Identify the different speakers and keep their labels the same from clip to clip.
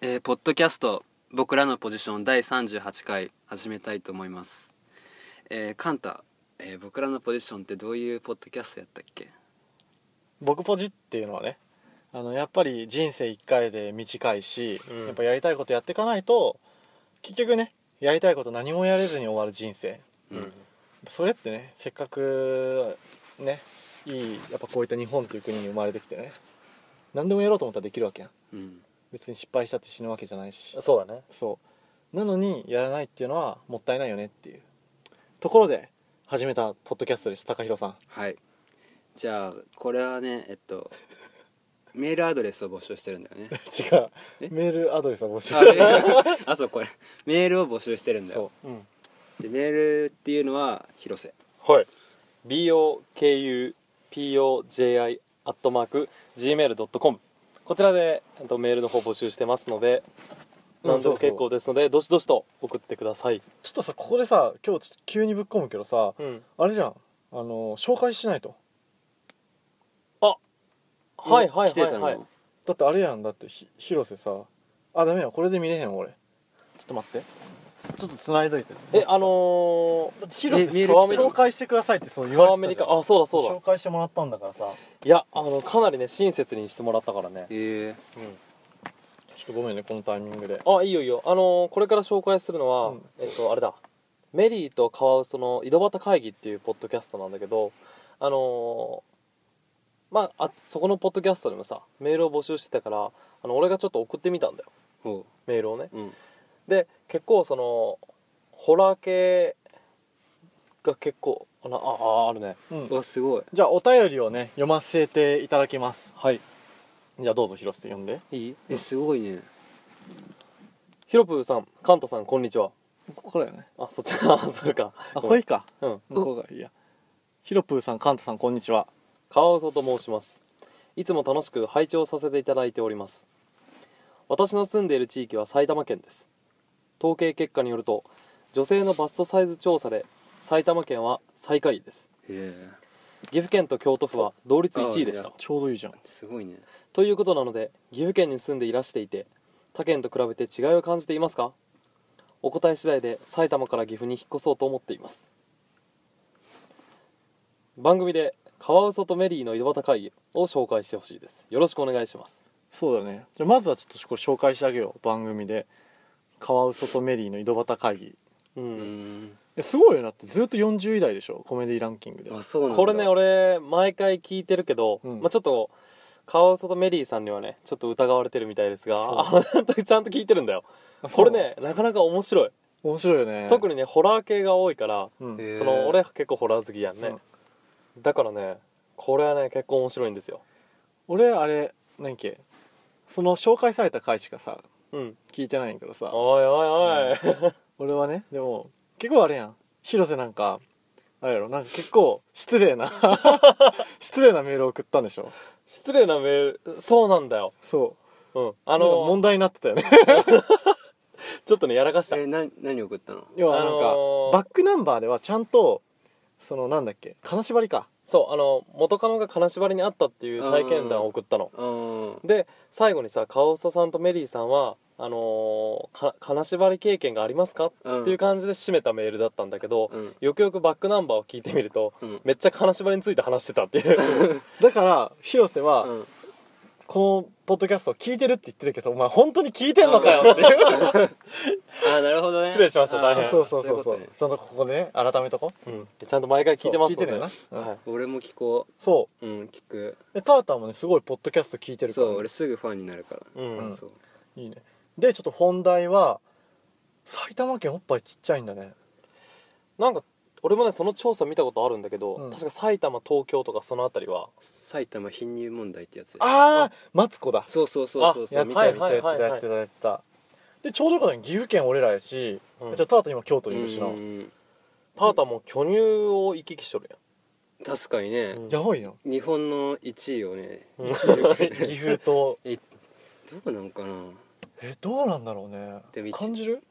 Speaker 1: えーポッドキャスト僕らのポジション第38回始めたいと思いますえー、カンタ、えー僕らのポジションってどういうポッドキャストやったっけ
Speaker 2: 僕ポジっていうのはねあのやっぱり人生1回で短いし、
Speaker 1: うん
Speaker 2: やっぱやりたいことやっていかないと結局ねやりたいこと何もやれずに終わる人生
Speaker 1: うん
Speaker 2: それってねせっかくねいいやっぱこういった日本という国に生まれてきてね何でもやろうと思ったらできるわけやん
Speaker 1: うん
Speaker 2: 別に失敗したって死ぬわけじゃないし
Speaker 3: そうだね
Speaker 2: そうなのにやらないっていうのはもったいないよねっていうところで始めたポッドキャストです高弘さん
Speaker 1: はいじゃあこれはねえっとメールアドレスを募集してるんだよね
Speaker 2: 違う
Speaker 1: え
Speaker 2: メールアドレスは募集
Speaker 1: あ
Speaker 2: してる
Speaker 1: で あそうこれメールを募集してるんだ
Speaker 2: そ
Speaker 1: よ
Speaker 2: う
Speaker 3: うん
Speaker 1: でメールっていうのは広瀬
Speaker 3: はい BOKUPOJI アットマーク Gmail.com こちらでえっとメールの方募集してますので
Speaker 2: うん
Speaker 3: 何で
Speaker 2: そうそう
Speaker 3: も結構ですのでどしどしと送ってください
Speaker 2: ちょっとさここでさ今日ちょっと急にぶっ込むけどさ
Speaker 3: うん
Speaker 2: あれじゃんあの紹介しないと
Speaker 3: はいはい
Speaker 1: 来て
Speaker 3: はい
Speaker 1: た
Speaker 3: はい
Speaker 1: の
Speaker 2: だってあれやんだってひ広瀬さあダメやこれで見れへん俺ちょっと待ってちょっと繋いどいて
Speaker 3: えあの
Speaker 2: だって広
Speaker 1: えメー
Speaker 2: 瀬
Speaker 1: ル
Speaker 2: さ
Speaker 1: 来てた
Speaker 2: 紹介してくださいってその言
Speaker 3: ー、
Speaker 2: われ
Speaker 3: ア
Speaker 2: て
Speaker 3: メリ
Speaker 2: たじゃ
Speaker 3: カ
Speaker 2: ん
Speaker 3: あそうだそうだ
Speaker 2: 紹介してもらったんだからさ
Speaker 3: いやあのかなりね親切にしてもらったからね
Speaker 1: え
Speaker 2: ちょっとごめんねこのタイミングで
Speaker 3: あいいよいいよあのーこれから紹介するのは、
Speaker 2: うん
Speaker 3: えっとあれだメリーとカワウソの井戸端会議っていうポッドキャストなんだけどあのーまああそこのポッドキャストでもさメールを募集してたからあの俺がちょっと送ってみたんだよ
Speaker 1: ー、ほ
Speaker 3: メールをね
Speaker 1: ううん
Speaker 3: で結構そのホラー系が結構あなあああるね
Speaker 2: うん
Speaker 1: うわすごい
Speaker 2: じゃあお便りをね読ませていただきます
Speaker 3: はい
Speaker 2: じゃあどうぞ広瀬読んで
Speaker 3: いい
Speaker 1: えすごいね
Speaker 3: ヒロプーさんカンタさんこんにちは
Speaker 2: これよね
Speaker 3: あそっち あそうか
Speaker 2: あこれいいか
Speaker 3: うん
Speaker 2: 向こうがいいやヒロプーさんカンタさんこんにちは
Speaker 3: カワウソと申しますいつも楽しく拝聴させていただいております私の住んでいる地域は埼玉県です統計結果によると女性のバストサイズ調査で埼玉県は最下位です
Speaker 1: へえ
Speaker 3: 岐阜県と京都府は同率1位でし
Speaker 1: あ
Speaker 3: た
Speaker 2: ちょうどいいじゃん
Speaker 1: すごいね
Speaker 3: ということなので岐阜県に住んでいらしていて他県と比べて違いを感じていますかお答え次第で埼玉から岐阜に引っ越そうと思っています番組でカワウソとメリーの井戸端会議を紹介してほしいですよろしくお願いします
Speaker 2: そうだねじゃあまずはちょっとこれ紹介してあげよう番組で「カワウソとメリーの井戸端会議
Speaker 3: う、
Speaker 1: うんん」
Speaker 2: えすごいよなってずっと40位台でしょコメディランキングで
Speaker 1: あそうなんだ
Speaker 3: これね俺毎回聞いてるけど、
Speaker 2: うん
Speaker 3: まあ、ちょっとカワウソとメリーさんにはねちょっと疑われてるみたいですが ちゃんと聞いてるんだよ
Speaker 2: あそう
Speaker 3: これねなかなか面白い、
Speaker 2: 面白いよね
Speaker 3: 特
Speaker 2: に、
Speaker 3: にねホラー系が多いから
Speaker 2: うん
Speaker 1: えへー
Speaker 3: その俺結構ホラー好きやんね、だからねこれはね結構面白いんですよ
Speaker 2: 俺あれ何っけその紹介された回しかさ
Speaker 3: うん
Speaker 2: 聞いてないんやけどさ
Speaker 3: おいおいおい、
Speaker 2: 俺はねでも結構あれやん広瀬なんかあれやろなんか結構失礼な失礼なメール送ったんでしょ
Speaker 3: 失礼なメールそうなんだよ
Speaker 2: そう
Speaker 3: うん
Speaker 2: あ
Speaker 3: あ
Speaker 2: の
Speaker 3: の
Speaker 2: 問題になってたよね
Speaker 3: ちょっとねやらかした、
Speaker 1: えな何送ったの
Speaker 2: 要はなんか、
Speaker 3: あのー
Speaker 2: バックナンバーではちゃんとそのなんだっけ金縛りか
Speaker 3: そうあの元カノが金縛りにあったっていう体験談を送ったの
Speaker 1: ああ
Speaker 3: で最後にさカオソさんとメリーさんはあのーか金縛り経験がありますか
Speaker 1: うん
Speaker 3: っていう感じで締めたメールだったんだけど、
Speaker 1: うん
Speaker 3: よくよくバックナンバーを聞いてみると、
Speaker 1: うん
Speaker 3: めっちゃ金縛りについて話してたっていう
Speaker 2: だから広瀬は、
Speaker 1: うん
Speaker 2: このポッドキャストを聞いてるって言ってるけどお前本当に聞いてんのかよっていう
Speaker 1: あーなるほどね
Speaker 3: 失礼しました大変
Speaker 1: あー
Speaker 2: そうそうそうそう
Speaker 1: いことね
Speaker 2: そのここね改めとこ
Speaker 3: うん、ちゃんと毎回聞いてますので
Speaker 2: そう聞いてるよな
Speaker 3: はい、
Speaker 1: 俺も聞こ
Speaker 2: そう
Speaker 1: うん聞く
Speaker 2: うでタータンもねすごいポッドキャスト聞いてるか
Speaker 1: そう
Speaker 2: らね
Speaker 1: 俺すぐファンになるから
Speaker 3: うん
Speaker 2: うん
Speaker 1: そう
Speaker 2: いいねでちょっと本題は埼玉県おっぱいちっちゃいんだね
Speaker 3: なんか俺もねその調査見たことあるんだけど、
Speaker 2: うん
Speaker 3: 確か埼玉東京とかその辺りは
Speaker 1: 埼玉貧乳問題ってやつ
Speaker 2: ああマツコだ
Speaker 1: そうそうそうそうそ
Speaker 2: や
Speaker 1: う
Speaker 2: っ
Speaker 1: 見
Speaker 2: た
Speaker 1: た
Speaker 2: やっ
Speaker 1: 見
Speaker 2: た
Speaker 1: た
Speaker 2: やってた
Speaker 3: はいはいはい
Speaker 2: やってたやってたでちょうどよかったね岐阜県俺らやし、
Speaker 3: うん
Speaker 2: じゃあタータン今京都
Speaker 1: う
Speaker 2: いるしな、
Speaker 1: ん
Speaker 3: パータも巨乳を行き来しとる
Speaker 1: 確かに
Speaker 3: やん、
Speaker 1: ね
Speaker 3: うん
Speaker 2: やばいな
Speaker 1: 日本の1位をね
Speaker 3: うん
Speaker 2: 岐阜と
Speaker 1: えどうなんかな
Speaker 2: えどうなんだろう
Speaker 1: でも
Speaker 2: ね
Speaker 1: 一
Speaker 2: 感じる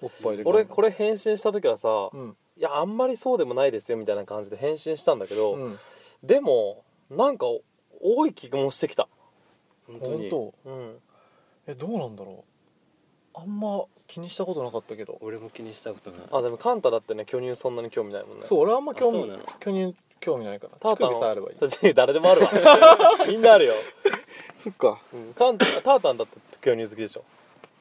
Speaker 2: おっぱいで
Speaker 3: 俺これ返信した時はさ、
Speaker 2: うん
Speaker 3: いやあんまりそうでもないですよみたいな感じで返信したんだけど、
Speaker 2: うん
Speaker 3: でもなんか多い気もしてきた、
Speaker 1: 本当
Speaker 2: 本
Speaker 1: に
Speaker 2: 当
Speaker 3: うん、
Speaker 2: えどうなんだろうあんま気にしたことなかったけど
Speaker 1: 俺も気にしたことない
Speaker 3: あでもカンタだってね巨乳そんなに興味ないもんね
Speaker 2: そう俺あんま興
Speaker 1: あそう
Speaker 2: 味
Speaker 1: なの
Speaker 2: 興味興味ないから
Speaker 3: ター
Speaker 2: 乳
Speaker 3: タン
Speaker 2: 首さえあればいい
Speaker 3: い誰でも あるわみんなあるよ、
Speaker 2: そっか
Speaker 3: うん、カンタタータンだって巨乳好きでしょ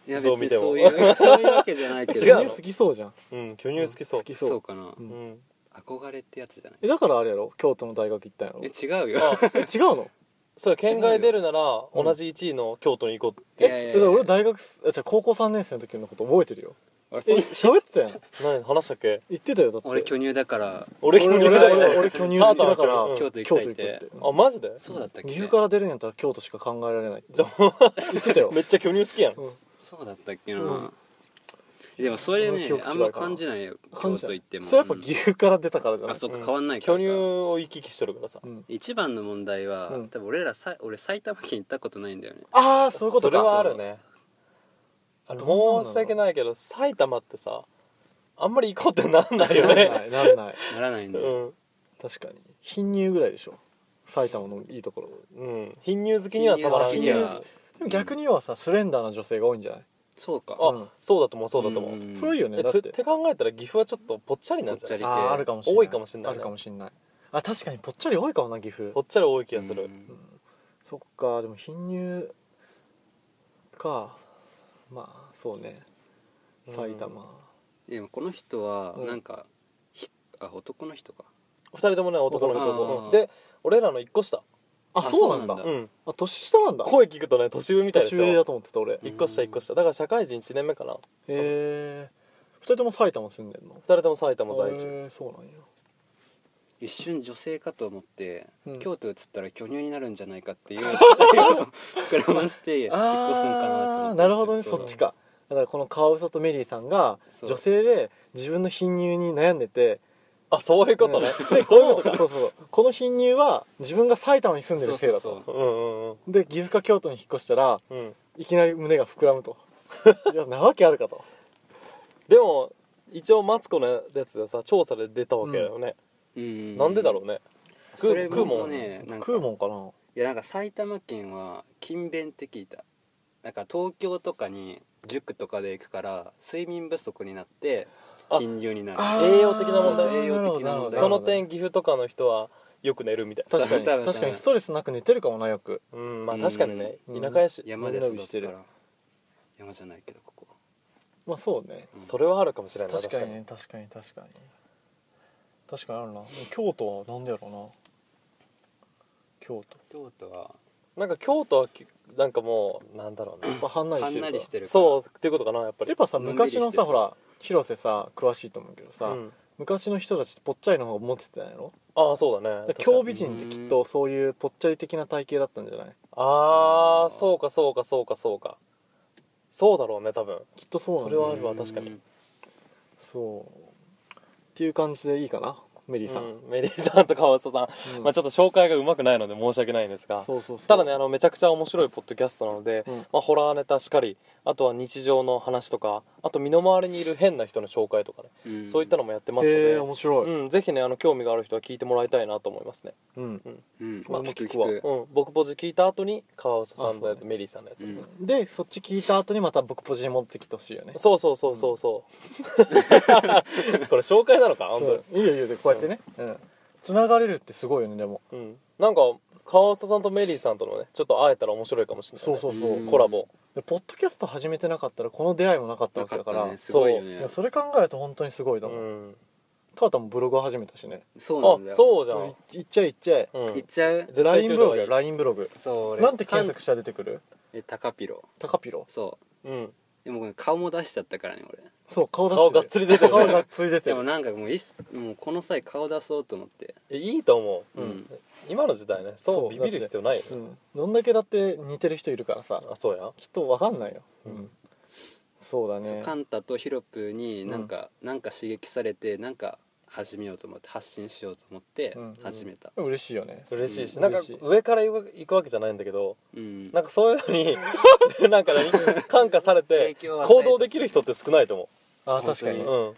Speaker 1: いや別
Speaker 3: どう
Speaker 1: に
Speaker 3: 見ても
Speaker 1: そういうそういうわけじゃないけど
Speaker 2: 違
Speaker 3: 違うの
Speaker 2: う好きそうじゃん
Speaker 3: うん巨乳好きそう、
Speaker 2: 好き
Speaker 1: そう
Speaker 2: そう
Speaker 1: かな
Speaker 2: うん
Speaker 3: うん、
Speaker 1: 憧れってやつじゃない
Speaker 2: えだからあれやろ京都の大学行ったんやろ
Speaker 1: え
Speaker 2: え
Speaker 1: 違うよ
Speaker 3: あ
Speaker 2: 違うの
Speaker 3: そう県外出るなら
Speaker 2: うん
Speaker 3: 同じ1位の京都に行こうっ
Speaker 1: いやいやい
Speaker 2: え
Speaker 1: や
Speaker 2: それで俺大学すあじゃあ高校3年生の時のこと覚えてるよ
Speaker 1: 俺そ
Speaker 2: え
Speaker 1: ん
Speaker 2: 喋ってたやん
Speaker 3: て何話したっけ
Speaker 2: 言ってたよだって
Speaker 1: 俺巨乳だから
Speaker 3: 俺
Speaker 2: 俺
Speaker 3: 巨乳
Speaker 2: 俺
Speaker 3: だよ
Speaker 2: 俺
Speaker 3: ね
Speaker 2: 俺巨乳好きだから
Speaker 3: うん
Speaker 1: 京都行きたいって
Speaker 2: 京都行く
Speaker 3: あ
Speaker 2: っ
Speaker 3: マジで
Speaker 1: そうだったってけ
Speaker 2: 岐阜から出るんやったら京都しか考えられない
Speaker 3: じゃあ
Speaker 2: 言ってた よ
Speaker 3: めっちゃ巨乳好きやん
Speaker 1: そうだったっけな、
Speaker 2: うん
Speaker 1: でもそれ
Speaker 2: 俺の
Speaker 1: ね
Speaker 2: 記
Speaker 1: あ
Speaker 2: 憶違いか
Speaker 1: ん
Speaker 2: な
Speaker 1: ま感じないよ京
Speaker 2: 感じ
Speaker 1: 都
Speaker 2: た
Speaker 1: 行っても
Speaker 2: それやっぱ岐阜から出たからじ
Speaker 1: う
Speaker 2: ゃ
Speaker 1: ん
Speaker 2: な
Speaker 1: あ
Speaker 2: い
Speaker 1: そうか
Speaker 3: うん
Speaker 1: 変わんないか
Speaker 3: 巨
Speaker 1: ら
Speaker 3: 乳を行き来してるからさ
Speaker 2: うん
Speaker 1: 一番の問題は、
Speaker 2: うん
Speaker 1: 多分俺らさ俺埼玉県行ったことないんだよね
Speaker 2: ああそういうこと
Speaker 3: それはあ
Speaker 2: か
Speaker 3: るねあ
Speaker 2: どんなんな
Speaker 3: の
Speaker 2: の
Speaker 3: 申し訳ないけど埼玉ってさあんまり行こうってなんないよ
Speaker 2: ならな
Speaker 3: ね
Speaker 2: いならない
Speaker 1: ならないん
Speaker 3: う
Speaker 1: だよ、
Speaker 3: ん
Speaker 2: 確かに貧乳ぐらいでしょ埼玉のいいところ
Speaker 3: うん貧乳好きにはたまらん
Speaker 1: い
Speaker 2: 貧
Speaker 3: け
Speaker 2: 乳
Speaker 1: や
Speaker 3: ど
Speaker 2: 好でも逆にはさスレンダーな女性が多いんじゃない
Speaker 1: そうか
Speaker 2: う
Speaker 3: あ
Speaker 2: ん
Speaker 3: そうだと思うそうだと思うん
Speaker 2: それいいよね
Speaker 3: え
Speaker 2: だっ
Speaker 3: つってて考えたら岐阜はちょっとぽっちゃりなんじゃない
Speaker 1: ぽっちゃり
Speaker 2: あーあるかもしれない
Speaker 3: 多いかもしれない
Speaker 2: あ
Speaker 3: ね
Speaker 2: るかもしれないあ確かにぽっちゃり多いかもな岐阜
Speaker 3: ぽっちゃり多い気がす
Speaker 1: う
Speaker 3: る
Speaker 1: ん
Speaker 2: そっかでも貧乳かまあそうね
Speaker 3: うん
Speaker 2: 埼玉、
Speaker 1: でもこの人は
Speaker 2: うん
Speaker 1: なんか、ひあ男の人か
Speaker 3: 二人ともね男の人
Speaker 1: 男の
Speaker 3: と
Speaker 1: 人
Speaker 3: うんで俺らの一個下
Speaker 2: あ
Speaker 1: あ
Speaker 2: そうなんだ
Speaker 1: そう
Speaker 3: う
Speaker 1: なん
Speaker 2: あ年下なんだ
Speaker 3: 声聞くとね年上みたいで
Speaker 2: 年
Speaker 3: し
Speaker 2: 上だ
Speaker 3: ょ
Speaker 2: と思ってた俺へ
Speaker 1: うん
Speaker 3: 一個下一個下だから社会人1年目かな
Speaker 2: え二人とも埼玉住んでんの
Speaker 3: 二人とも埼玉在住
Speaker 2: へーそうなんや
Speaker 1: 一瞬女性かと思って、
Speaker 2: うん
Speaker 1: 京都移ったら巨乳になるんじゃないか っていう膨らませて引っ越すんかなと思
Speaker 2: あ
Speaker 1: っ
Speaker 2: ー
Speaker 1: て
Speaker 2: なるほどね
Speaker 1: そう
Speaker 2: そっちかだからこのカワウソとメリーさんが
Speaker 1: そう
Speaker 2: 女性で自分の貧乳に悩んでて
Speaker 3: あそういうことね
Speaker 2: で
Speaker 3: そういうこ
Speaker 2: ことの
Speaker 3: か
Speaker 2: そうそうこの貧乳は自分が埼玉に住んで
Speaker 1: そ
Speaker 2: る
Speaker 1: う
Speaker 2: せい
Speaker 1: そ
Speaker 2: だ
Speaker 1: うそ
Speaker 2: と
Speaker 3: うんうんうん
Speaker 2: で岐阜か京都に引っ越したら
Speaker 3: うん
Speaker 2: いきなり胸が膨ら むといやなわけあるかと
Speaker 3: でも一応マツコのやつでさ調査で出たわけだよね、
Speaker 1: う、うん、
Speaker 3: なんでだろうね
Speaker 1: それ
Speaker 3: 食う
Speaker 1: も
Speaker 3: もん
Speaker 1: ねなんか
Speaker 2: 食うもんかない
Speaker 1: やなんか埼玉県は勤勉って聞いたなんか東京とかに塾とかで行くから睡眠不足になって
Speaker 3: あ
Speaker 1: 貧乳になる
Speaker 2: あー
Speaker 3: 栄養的な問題
Speaker 2: そうそう
Speaker 1: 栄養的な問題
Speaker 2: るほどるほど
Speaker 3: その点岐阜とかの人はよく寝るみたいな
Speaker 2: 確か に
Speaker 1: 多分
Speaker 2: 確かにストレスなく寝てるかもなよく
Speaker 3: うんまあ確かにね、
Speaker 2: うん
Speaker 3: 田舎やし、
Speaker 1: 山で育
Speaker 2: 伸び
Speaker 1: つ
Speaker 2: して
Speaker 1: か
Speaker 2: る
Speaker 1: ら山じゃないけどここ、
Speaker 2: まあそうね
Speaker 1: うん
Speaker 3: それはあるかもしれないな
Speaker 2: 確かにね確かに確かに確かにあるな京都はなんでやろうな京都
Speaker 1: 京都は
Speaker 3: なんか京都はきなんかもうなんだろうね
Speaker 2: やっぱはんなり
Speaker 1: は
Speaker 2: して
Speaker 1: ん
Speaker 2: る
Speaker 1: な
Speaker 2: から
Speaker 1: りしてるから
Speaker 3: そうっていうことかなやっぱり
Speaker 2: やっぱさ
Speaker 1: のんびりして
Speaker 2: 昔のさ
Speaker 1: さ
Speaker 2: ほら広瀬さ詳しいと思うけどさ、
Speaker 3: うん
Speaker 2: 昔の人たちってぽっちゃりの方が持ってたんやろ
Speaker 3: ああそうだね
Speaker 2: だ
Speaker 3: 確
Speaker 2: から
Speaker 3: かに
Speaker 2: 京美人ってきっとそういうぽっちゃり的な体型だったんじゃない
Speaker 3: ああそうかそうかそうかそうかそうだろうね多分
Speaker 2: きっとそうなんだ
Speaker 3: それはあるわ確かに
Speaker 1: うん
Speaker 2: そうっていう感じでいいかなメリーさん、
Speaker 3: うんメリーさんと川尾さん、
Speaker 2: うん
Speaker 3: まあ、ちょっと紹介がうまくないので申し訳ないんですが
Speaker 2: そうそうそう
Speaker 3: ただねあのめちゃくちゃ面白いポッドキャストなので、
Speaker 2: うん
Speaker 3: まあ、ホラーネタしかりあとは日常の話とかあと身の回りにいる変な人の紹介とかね、
Speaker 1: うん
Speaker 3: そういったのもやってますの
Speaker 2: へ
Speaker 3: で、
Speaker 2: え面白い、
Speaker 3: うん、ぜひねあの興味がある人は聞いてもらいたいなと思いますね、
Speaker 2: うん
Speaker 1: うん
Speaker 2: まあ
Speaker 1: 聞く
Speaker 2: 聞くわ
Speaker 1: 聞く
Speaker 3: うん、僕ポジ聞いた後に川尾さ
Speaker 2: あ
Speaker 3: ん
Speaker 2: そう
Speaker 3: の
Speaker 2: だ
Speaker 3: や
Speaker 2: ね
Speaker 3: つ、メリーさんのやつ、
Speaker 1: うん
Speaker 2: でそっち聞いた後にまた僕ポジに戻ってきてほしいよね
Speaker 3: そうそうそうそうそう、これ紹介なのか本当に
Speaker 2: そういいよいいよでこうやってねつな、繋がれるってすごいよねでも
Speaker 3: うん、なんか川尾さんとメリーさんとのねちょっと会えたら面白いかもしれない、ね、
Speaker 2: そうそうそう、
Speaker 1: うん
Speaker 3: コラボ
Speaker 2: でポッドキャスト始めてなかったらこの出会いもなかった
Speaker 1: な
Speaker 2: わけ
Speaker 1: かっ
Speaker 2: だから
Speaker 1: たねすごいよね
Speaker 2: いやそれ考えると本当にすごいと
Speaker 3: う
Speaker 2: 思う、
Speaker 3: ん
Speaker 2: ただたもブログを始めたしね
Speaker 1: そうなんだ
Speaker 3: あ
Speaker 1: よ
Speaker 3: そうじゃん、
Speaker 2: いいっちゃえいっちゃえ
Speaker 3: うん
Speaker 1: 行っちゃう
Speaker 3: 絶対
Speaker 2: LINE
Speaker 3: 言っ
Speaker 2: ブ
Speaker 3: た方
Speaker 2: ログ
Speaker 3: がいい
Speaker 2: や LINE ブログ
Speaker 1: そう俺
Speaker 2: なんて検索したら出てくる
Speaker 1: え高ピロ
Speaker 2: タカピロ
Speaker 1: そう
Speaker 3: うん
Speaker 1: でもこれ顔も出しちゃったからね俺
Speaker 2: そう顔出して
Speaker 3: 顔
Speaker 2: る
Speaker 3: がっつり出てる
Speaker 2: 顔がっつり出て
Speaker 1: でも
Speaker 2: る
Speaker 1: なんかもういっすもうこの際顔出そうと思って
Speaker 3: えいいと思う、
Speaker 1: うん
Speaker 3: 今の時代ねそう
Speaker 2: そう
Speaker 3: ビビる必要ないよ
Speaker 2: う
Speaker 3: ね、
Speaker 2: んどんだけだって似てる人いるからさ
Speaker 3: あそうや
Speaker 2: きっとわかんないよ、
Speaker 3: うん
Speaker 2: そう
Speaker 1: そう
Speaker 2: だね
Speaker 1: カンタとヒロプになんか、なんか刺激されてなんか始めようと思って発信しようと思って
Speaker 2: うん
Speaker 1: 始めた、
Speaker 2: 嬉しいよね
Speaker 3: 嬉しいし、
Speaker 2: うん
Speaker 3: なんか
Speaker 2: 嬉しい
Speaker 3: 上から行く行くわけじゃないんだけど
Speaker 1: うん
Speaker 3: なんかそういうのになんか何感化されて
Speaker 1: 影響を与えた
Speaker 3: 行動できる人って少ないと思
Speaker 2: あー確か
Speaker 3: う、
Speaker 2: に
Speaker 1: ね
Speaker 3: うん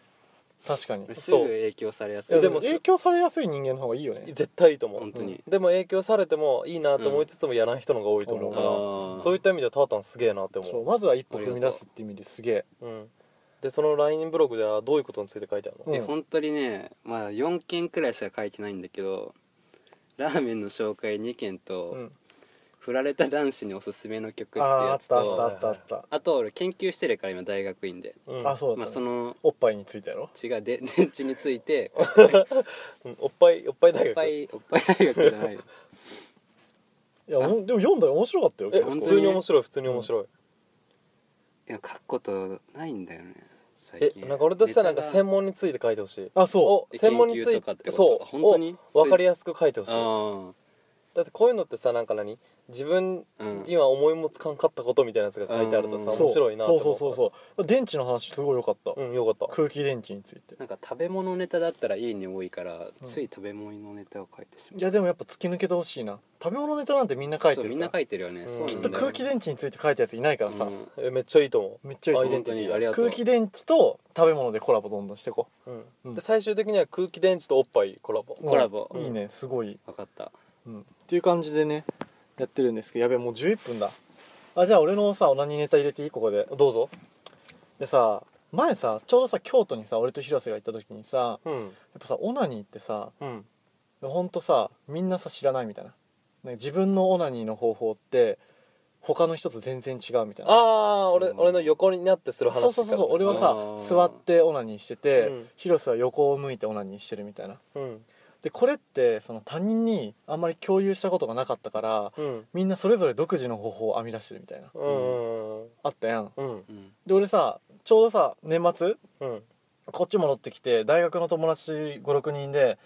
Speaker 2: 確かに
Speaker 1: すぐ影響されやすい
Speaker 3: で
Speaker 2: で
Speaker 3: も
Speaker 2: も影響されやすい人間の方がいいよね
Speaker 3: 絶対いいと思う
Speaker 1: 本当に、
Speaker 3: でも影響されてもいいなと思いつつもやらん人の方が多いと思う
Speaker 1: あ
Speaker 3: か
Speaker 1: あ
Speaker 3: ら、
Speaker 1: ー
Speaker 3: そういった意味ではタータンすげえなって
Speaker 2: そう
Speaker 3: 思
Speaker 2: まずは一歩踏み出すって意味ですげえ
Speaker 3: う、うん、でその LINE ブログではどういうことについて書いてあるの、
Speaker 2: うん
Speaker 1: え本当にねまあ4件くらいしか書いてないんだけどラーメンの紹介2件と、
Speaker 2: うん
Speaker 1: 振られた男子におすすめの曲って
Speaker 2: ああーあ
Speaker 1: や
Speaker 2: っ
Speaker 1: つ
Speaker 2: た
Speaker 1: と
Speaker 2: あったあったあった
Speaker 1: あと俺研究してるから今大学院で、
Speaker 3: うん
Speaker 2: あそうだ
Speaker 1: まあ
Speaker 2: った
Speaker 1: そ
Speaker 2: ね
Speaker 1: の
Speaker 2: おっぱいについてやろ
Speaker 1: 血がで 電池につい ておっ
Speaker 3: うんおっぱいおっぱい大学
Speaker 1: ぱいおっぱい大学じゃないよ
Speaker 2: いや
Speaker 1: あ
Speaker 2: おんでも読んだら面白かったよ
Speaker 3: え
Speaker 2: 結構
Speaker 3: 普通に面白い普通に面白い、
Speaker 1: でも書くことないんだよね最
Speaker 3: え
Speaker 1: 近
Speaker 3: なんか俺としてはなんか
Speaker 1: ネタが
Speaker 3: 専門について書いてほしい
Speaker 2: あそ
Speaker 3: を専門につ
Speaker 1: 研
Speaker 3: い
Speaker 1: 究とかって
Speaker 3: て
Speaker 1: こと
Speaker 3: そう
Speaker 1: 本当に
Speaker 3: を分かりやすく書いてほしい
Speaker 1: あ
Speaker 3: だってこういうのってさなんか何自分
Speaker 1: あうん
Speaker 3: には思いもつかんかったことみたいなやつが書いてあるとさ
Speaker 1: うん
Speaker 2: う
Speaker 3: 面白いなと
Speaker 2: そ
Speaker 3: 思
Speaker 2: うそうそうそう
Speaker 3: う
Speaker 2: そう電池の話すごい良かった、
Speaker 3: うんよかった
Speaker 2: 空気電池について
Speaker 1: なんか食べ物ネタだったらいいね多いから、
Speaker 2: うん
Speaker 1: つい食べ物のネタを書いてしまう
Speaker 2: いやでもやっぱ突き抜けてほしいな食べ物ネタなんてみんな書いて
Speaker 1: そう
Speaker 2: る
Speaker 1: みん
Speaker 2: か
Speaker 1: な
Speaker 2: ら
Speaker 1: 書いてるよね、
Speaker 3: うん
Speaker 1: そうなんだ
Speaker 2: きっ
Speaker 1: よ
Speaker 2: と空気電池について書いたやついないからさ、
Speaker 1: うん
Speaker 3: えめっちゃいいと思
Speaker 2: めっちゃいいと
Speaker 3: アイデ
Speaker 2: 思
Speaker 3: ン
Speaker 2: う
Speaker 3: ティティ
Speaker 1: 本当にありがとう
Speaker 2: 空気電池と食べ物でコラボどんどんしてこ
Speaker 3: う、うん
Speaker 2: うん
Speaker 3: で最終的には空気電池とおっぱいコラボ
Speaker 2: う
Speaker 1: コラボ
Speaker 2: うんいいねすごい、
Speaker 1: 分かった
Speaker 2: うん、っていう感じでねやってるんですけどやべえもう11分だあじゃあ俺のさオナニーネタ入れていいここで
Speaker 3: どうぞ
Speaker 2: でさ前さちょうどさ京都にさ俺と広瀬が行った時にさやっ
Speaker 3: うん
Speaker 2: ぱさオナニーってさ
Speaker 3: うん
Speaker 2: ほんとさみんなさ知らないみたいななんか自分のオナニーの方法って他の人と全然違うみたい
Speaker 3: あ
Speaker 2: な
Speaker 3: あ俺,、
Speaker 1: うん
Speaker 3: 俺の横になってする話
Speaker 2: そうそうそうそう俺は
Speaker 1: あ
Speaker 2: さ
Speaker 1: ー
Speaker 2: 座ってオナニーしてて、
Speaker 3: うん
Speaker 2: 広瀬は横を向いてオナニーしてるみたいな
Speaker 3: うん
Speaker 2: でこれってその他人にあんまり共有したことがなかったから
Speaker 3: うん
Speaker 2: みんなそれぞれ独自の方法を編み出してるみたいな
Speaker 3: うん
Speaker 2: あったやん
Speaker 3: うん
Speaker 1: うん
Speaker 2: で俺さちょうどさ年末
Speaker 3: うん
Speaker 2: こっち戻ってきて大学の友達56人で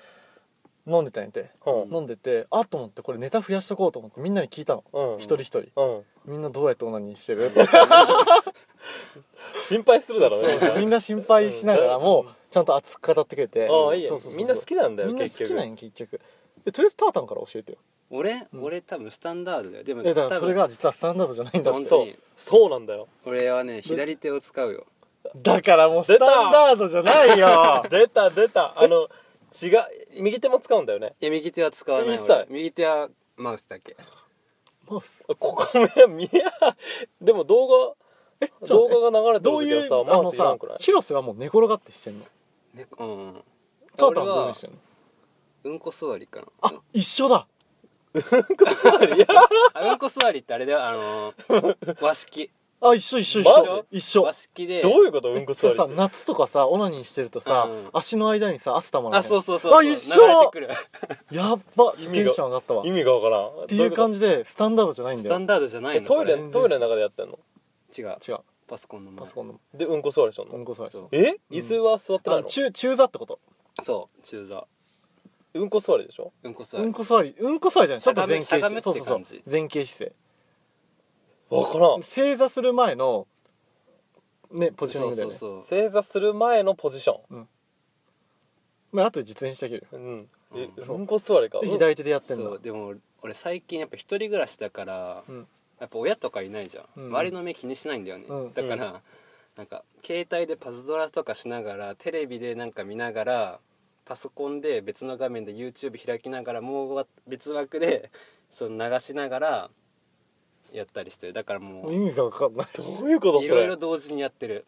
Speaker 2: 飲んでたんやて
Speaker 3: うん
Speaker 2: 飲んでてあっと思ってこれネタ増やしとこうと思ってみんなに聞いたの
Speaker 3: うん
Speaker 2: 一人一人
Speaker 3: うん
Speaker 2: みんなどうやってオナニーしてる
Speaker 3: 心配するだろうね
Speaker 2: みんな心配しながらもちゃんと熱く語ってくれて
Speaker 3: ああいい
Speaker 2: そう
Speaker 3: よ
Speaker 2: そうそう
Speaker 3: みんな好きなんだよ
Speaker 2: みんな好
Speaker 3: 結局
Speaker 2: きなんや結局でとりあえずタータンから教えてよ
Speaker 1: 俺、
Speaker 2: うん
Speaker 1: 俺多分スタンダードだよでも
Speaker 2: えだからそれが実はスタンダードじゃないんだ
Speaker 1: 本当
Speaker 3: そ
Speaker 1: に
Speaker 3: うそうなんだよ
Speaker 1: 俺はね左手を使うよ
Speaker 2: だからもうスタンダードじゃない よ
Speaker 3: 出た出たあの違う右手も使うんだよね
Speaker 1: いや右手は使わない
Speaker 3: 一切
Speaker 1: 俺右手はマウスだけ
Speaker 2: マウス
Speaker 3: ここ目見えでも動
Speaker 2: え
Speaker 3: 画
Speaker 2: ちょっと待って
Speaker 3: 動画が流れて
Speaker 2: どうい
Speaker 3: る時
Speaker 2: う
Speaker 3: は
Speaker 2: あ
Speaker 3: さマ
Speaker 2: の
Speaker 3: ウスいら
Speaker 2: さ
Speaker 3: んくらい
Speaker 2: 広瀬はもう寝転がってしてんの
Speaker 1: ねうんうん
Speaker 2: タータ
Speaker 1: 俺
Speaker 2: ンはどういう
Speaker 1: は
Speaker 2: してんの
Speaker 1: うんこ座りかな
Speaker 2: あ一緒だ
Speaker 1: あうんこ座りってあれだよあのー和式
Speaker 2: あ一緒一緒一
Speaker 3: マジ
Speaker 2: 緒一緒
Speaker 1: 和式で
Speaker 3: どういうことうんこ
Speaker 2: そ
Speaker 3: 座
Speaker 2: れ
Speaker 3: りっ
Speaker 2: さ
Speaker 3: て
Speaker 2: 夏とかさオナニーしてるとさ、
Speaker 1: うん
Speaker 2: 足の間にさ汗たまる
Speaker 1: あそうそうそうそう
Speaker 2: あ一緒
Speaker 1: 流れてくる
Speaker 2: やっば
Speaker 3: 意味
Speaker 2: テ
Speaker 3: が
Speaker 2: ンション上がったわ
Speaker 3: 意
Speaker 2: っ
Speaker 3: 味がわからん
Speaker 2: ていう感
Speaker 3: じ
Speaker 2: じでスタンダードじゃないん
Speaker 1: ス
Speaker 2: だ
Speaker 1: タ
Speaker 2: よ
Speaker 1: ンダードじゃないの
Speaker 3: トイレ
Speaker 1: こ
Speaker 2: 全然
Speaker 3: トイレの中でやってんの
Speaker 1: れ違う
Speaker 2: 違う
Speaker 1: パソコンの前
Speaker 2: パソコンの
Speaker 3: でうんこ座りしてん
Speaker 2: うん
Speaker 3: の
Speaker 2: こ座り
Speaker 1: そう
Speaker 3: え
Speaker 2: うん
Speaker 3: 椅子は座ってな
Speaker 2: あ
Speaker 3: いの
Speaker 2: 中中座ってこと
Speaker 1: そう中座
Speaker 3: うんこ座りでしょ
Speaker 1: うんこ座
Speaker 2: う
Speaker 1: り、
Speaker 2: んこ座りうんこ座りじゃないちょっと前傾
Speaker 1: しゃがめ
Speaker 2: 姿勢
Speaker 1: しゃ
Speaker 2: そ
Speaker 1: が
Speaker 2: う
Speaker 1: め
Speaker 2: そ
Speaker 1: って
Speaker 2: うそ
Speaker 1: 感じ
Speaker 2: う前傾姿勢
Speaker 3: わから
Speaker 2: 正座する前のねポジショニ
Speaker 1: そ
Speaker 2: ン
Speaker 1: う
Speaker 2: グだ
Speaker 1: そ
Speaker 2: よ
Speaker 1: う
Speaker 2: ね
Speaker 1: そうん
Speaker 3: 正座する前のポジション
Speaker 2: まあ後で実演してあげるよ
Speaker 3: うんえ
Speaker 1: う
Speaker 3: うんこ座りか
Speaker 2: で
Speaker 3: うん
Speaker 2: 左手でやってん
Speaker 1: そ
Speaker 2: の
Speaker 1: うでも俺最近やっぱ一人暮らしだから、
Speaker 2: うん
Speaker 1: やっぱ親とかいないじゃん、
Speaker 2: うん
Speaker 1: 周りの目気にしないんだよね、
Speaker 2: うん
Speaker 1: だから、なんか携帯でパズドラとかしながらテレビでなんか見ながらパソコンで別の画面で YouTube 開きながらもう別枠でその流しながらやったりしてるだからも
Speaker 2: 意味が分かんない
Speaker 3: どういうこと
Speaker 1: うい
Speaker 3: そ
Speaker 1: ろいろ
Speaker 3: れ
Speaker 1: 同時にやってる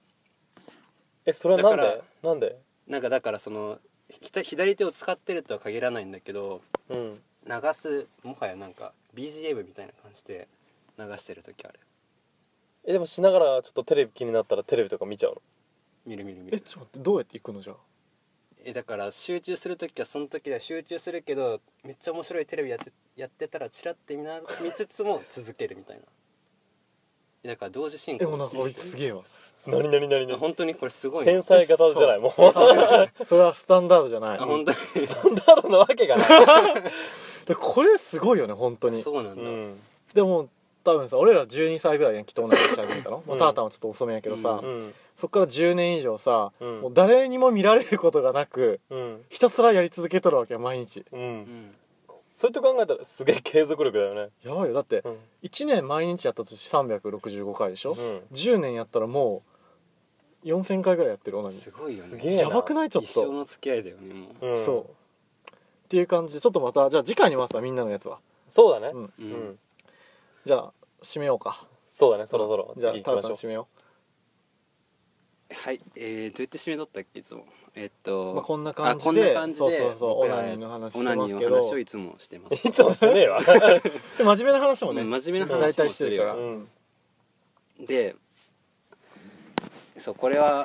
Speaker 3: えそれはなん
Speaker 1: だか
Speaker 3: でなんで
Speaker 1: なんかだからそのひた左手を使ってるとは限らないんだけど
Speaker 3: うん
Speaker 1: 流すもはやなんか BGM みたいな感じで流してる時ある
Speaker 3: えでもしながらちょっとテレビ気になったらテレビとか見ちゃう
Speaker 1: 見る見る見
Speaker 2: え
Speaker 1: る
Speaker 2: ちょっと待ってどうやって行くのじゃあ
Speaker 1: えだから集中する時はその時で集中するけどめっちゃ面白いテレビやってやってたらチラッて見な見つつも続けるみたいなえだから同時進
Speaker 2: え
Speaker 1: 行
Speaker 2: もうなんかおいすげえわ
Speaker 3: の何何何
Speaker 1: あ
Speaker 3: 何
Speaker 1: 本当にこれすごいな
Speaker 3: 天才型じゃないもう
Speaker 2: それはスタンダードじゃない
Speaker 1: あ本当に
Speaker 3: そんなのなわけがない、
Speaker 2: でこれすごいよね本当に
Speaker 1: そうなんだ、
Speaker 3: ん
Speaker 2: でも多分さ俺ら12歳ぐらいやんきっと同じ年始めたの、ま
Speaker 3: う
Speaker 2: あ、
Speaker 3: ん
Speaker 2: タータンはちょっと遅めやけどさ、
Speaker 1: うん
Speaker 2: そっから10年以上さ、
Speaker 3: うん
Speaker 2: もう誰にも見られることがなく
Speaker 3: うん
Speaker 2: ひたすらやり続けとるわけよ毎日
Speaker 3: う
Speaker 1: うんん、
Speaker 3: そうやって考えたらすげえ継続力だよね
Speaker 2: やばいよだって
Speaker 3: うん
Speaker 2: 1年毎日やったとして365回でしょ、
Speaker 3: うん
Speaker 2: 10年やったらもう4000回ぐらいやってるオナニー
Speaker 1: すごいよ
Speaker 3: す
Speaker 1: ね
Speaker 3: げえ
Speaker 2: やばくないちょっ
Speaker 1: 一生
Speaker 2: と、
Speaker 1: の付き合いだよねも
Speaker 3: うん
Speaker 2: そうっていう感じでちょっとまたじゃあ次回に回すわみんなのやつは
Speaker 3: そうだね
Speaker 2: うん
Speaker 1: う、
Speaker 3: う、
Speaker 1: うんん、
Speaker 2: じゃあ締めようか
Speaker 3: そうだねそろそろ
Speaker 2: じゃあ
Speaker 3: 次行
Speaker 2: ター
Speaker 3: きまし
Speaker 2: タン
Speaker 3: ょう
Speaker 2: 締めよ
Speaker 1: はいえー、どうやって締めとったっけいつもえっ
Speaker 2: う、
Speaker 1: と、
Speaker 2: まあ、こんな
Speaker 1: あ
Speaker 2: 感じ
Speaker 1: こんな
Speaker 2: で
Speaker 1: 感じで
Speaker 2: そうそうそうオ
Speaker 1: 僕ら
Speaker 2: ナニーの話
Speaker 1: オ
Speaker 2: して
Speaker 1: ナニ
Speaker 2: ま
Speaker 1: ー
Speaker 2: す
Speaker 1: の
Speaker 2: けど
Speaker 1: 話をいつもして ます
Speaker 3: いつもしてねえわ
Speaker 2: で真面目な話もね、
Speaker 1: うん真面目な
Speaker 2: 大
Speaker 1: 話
Speaker 2: 体
Speaker 1: も
Speaker 2: し
Speaker 1: してて
Speaker 2: る
Speaker 1: る
Speaker 2: から
Speaker 1: よ
Speaker 3: う、ん
Speaker 1: でそうこれは、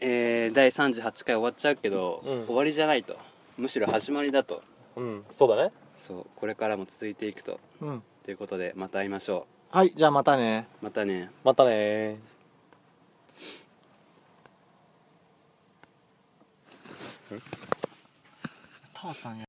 Speaker 1: えー、第38回終わっちゃうけど、
Speaker 3: うん
Speaker 1: 終わりじゃないとむしろ始まりだと
Speaker 3: うんそうだね
Speaker 1: そうこれからも続いていくと
Speaker 2: うん、
Speaker 1: ということでまた会いましょ
Speaker 2: はいじゃあまたね
Speaker 1: うまたね
Speaker 3: またねー
Speaker 2: タータン